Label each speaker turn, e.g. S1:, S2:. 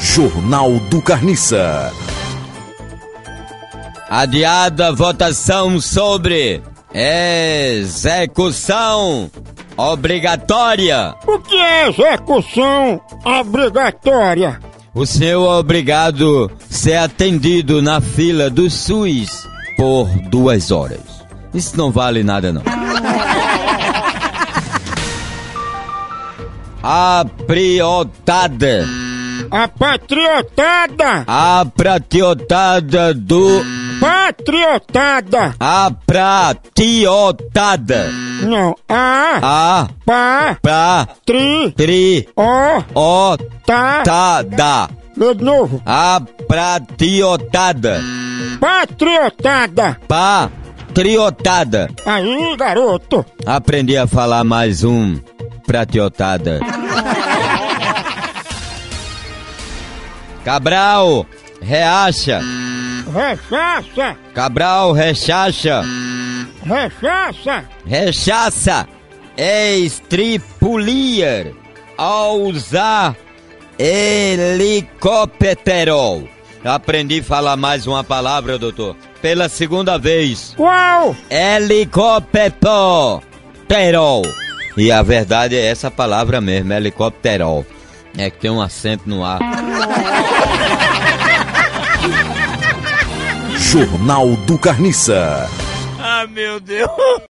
S1: Jornal do Carniça.
S2: Adiada votação sobre execução obrigatória.
S3: O que é execução obrigatória?
S2: O senhor é obrigado a ser atendido na fila do SUS por duas horas. Isso não vale nada, não. Apriotada.
S3: A patriotada,
S2: A pratiotada do.
S3: patriotada,
S2: A pratiotada.
S3: não, a,
S2: A
S3: pa,
S2: pra
S3: tri,
S2: tri
S3: o,
S2: o
S3: tá,
S2: tada.
S3: de novo,
S2: A pratiotada.
S3: patriotada.
S2: Patriotada.
S3: Aí, garoto,
S2: Aprendi a falar mais um. Pratiotada. Cabral, reacha.
S3: rechaça,
S2: Cabral, rechacha.
S3: rechaça,
S2: rechaça estripuliar ao usar helicóptero. Aprendi a falar mais uma palavra, doutor. Pela segunda vez.
S3: qual?
S2: Helicóptero. E a verdade é essa palavra mesmo, helicóptero. É que tem um acento no ar.
S1: Jornal do Carniça.
S4: Ah, meu Deus.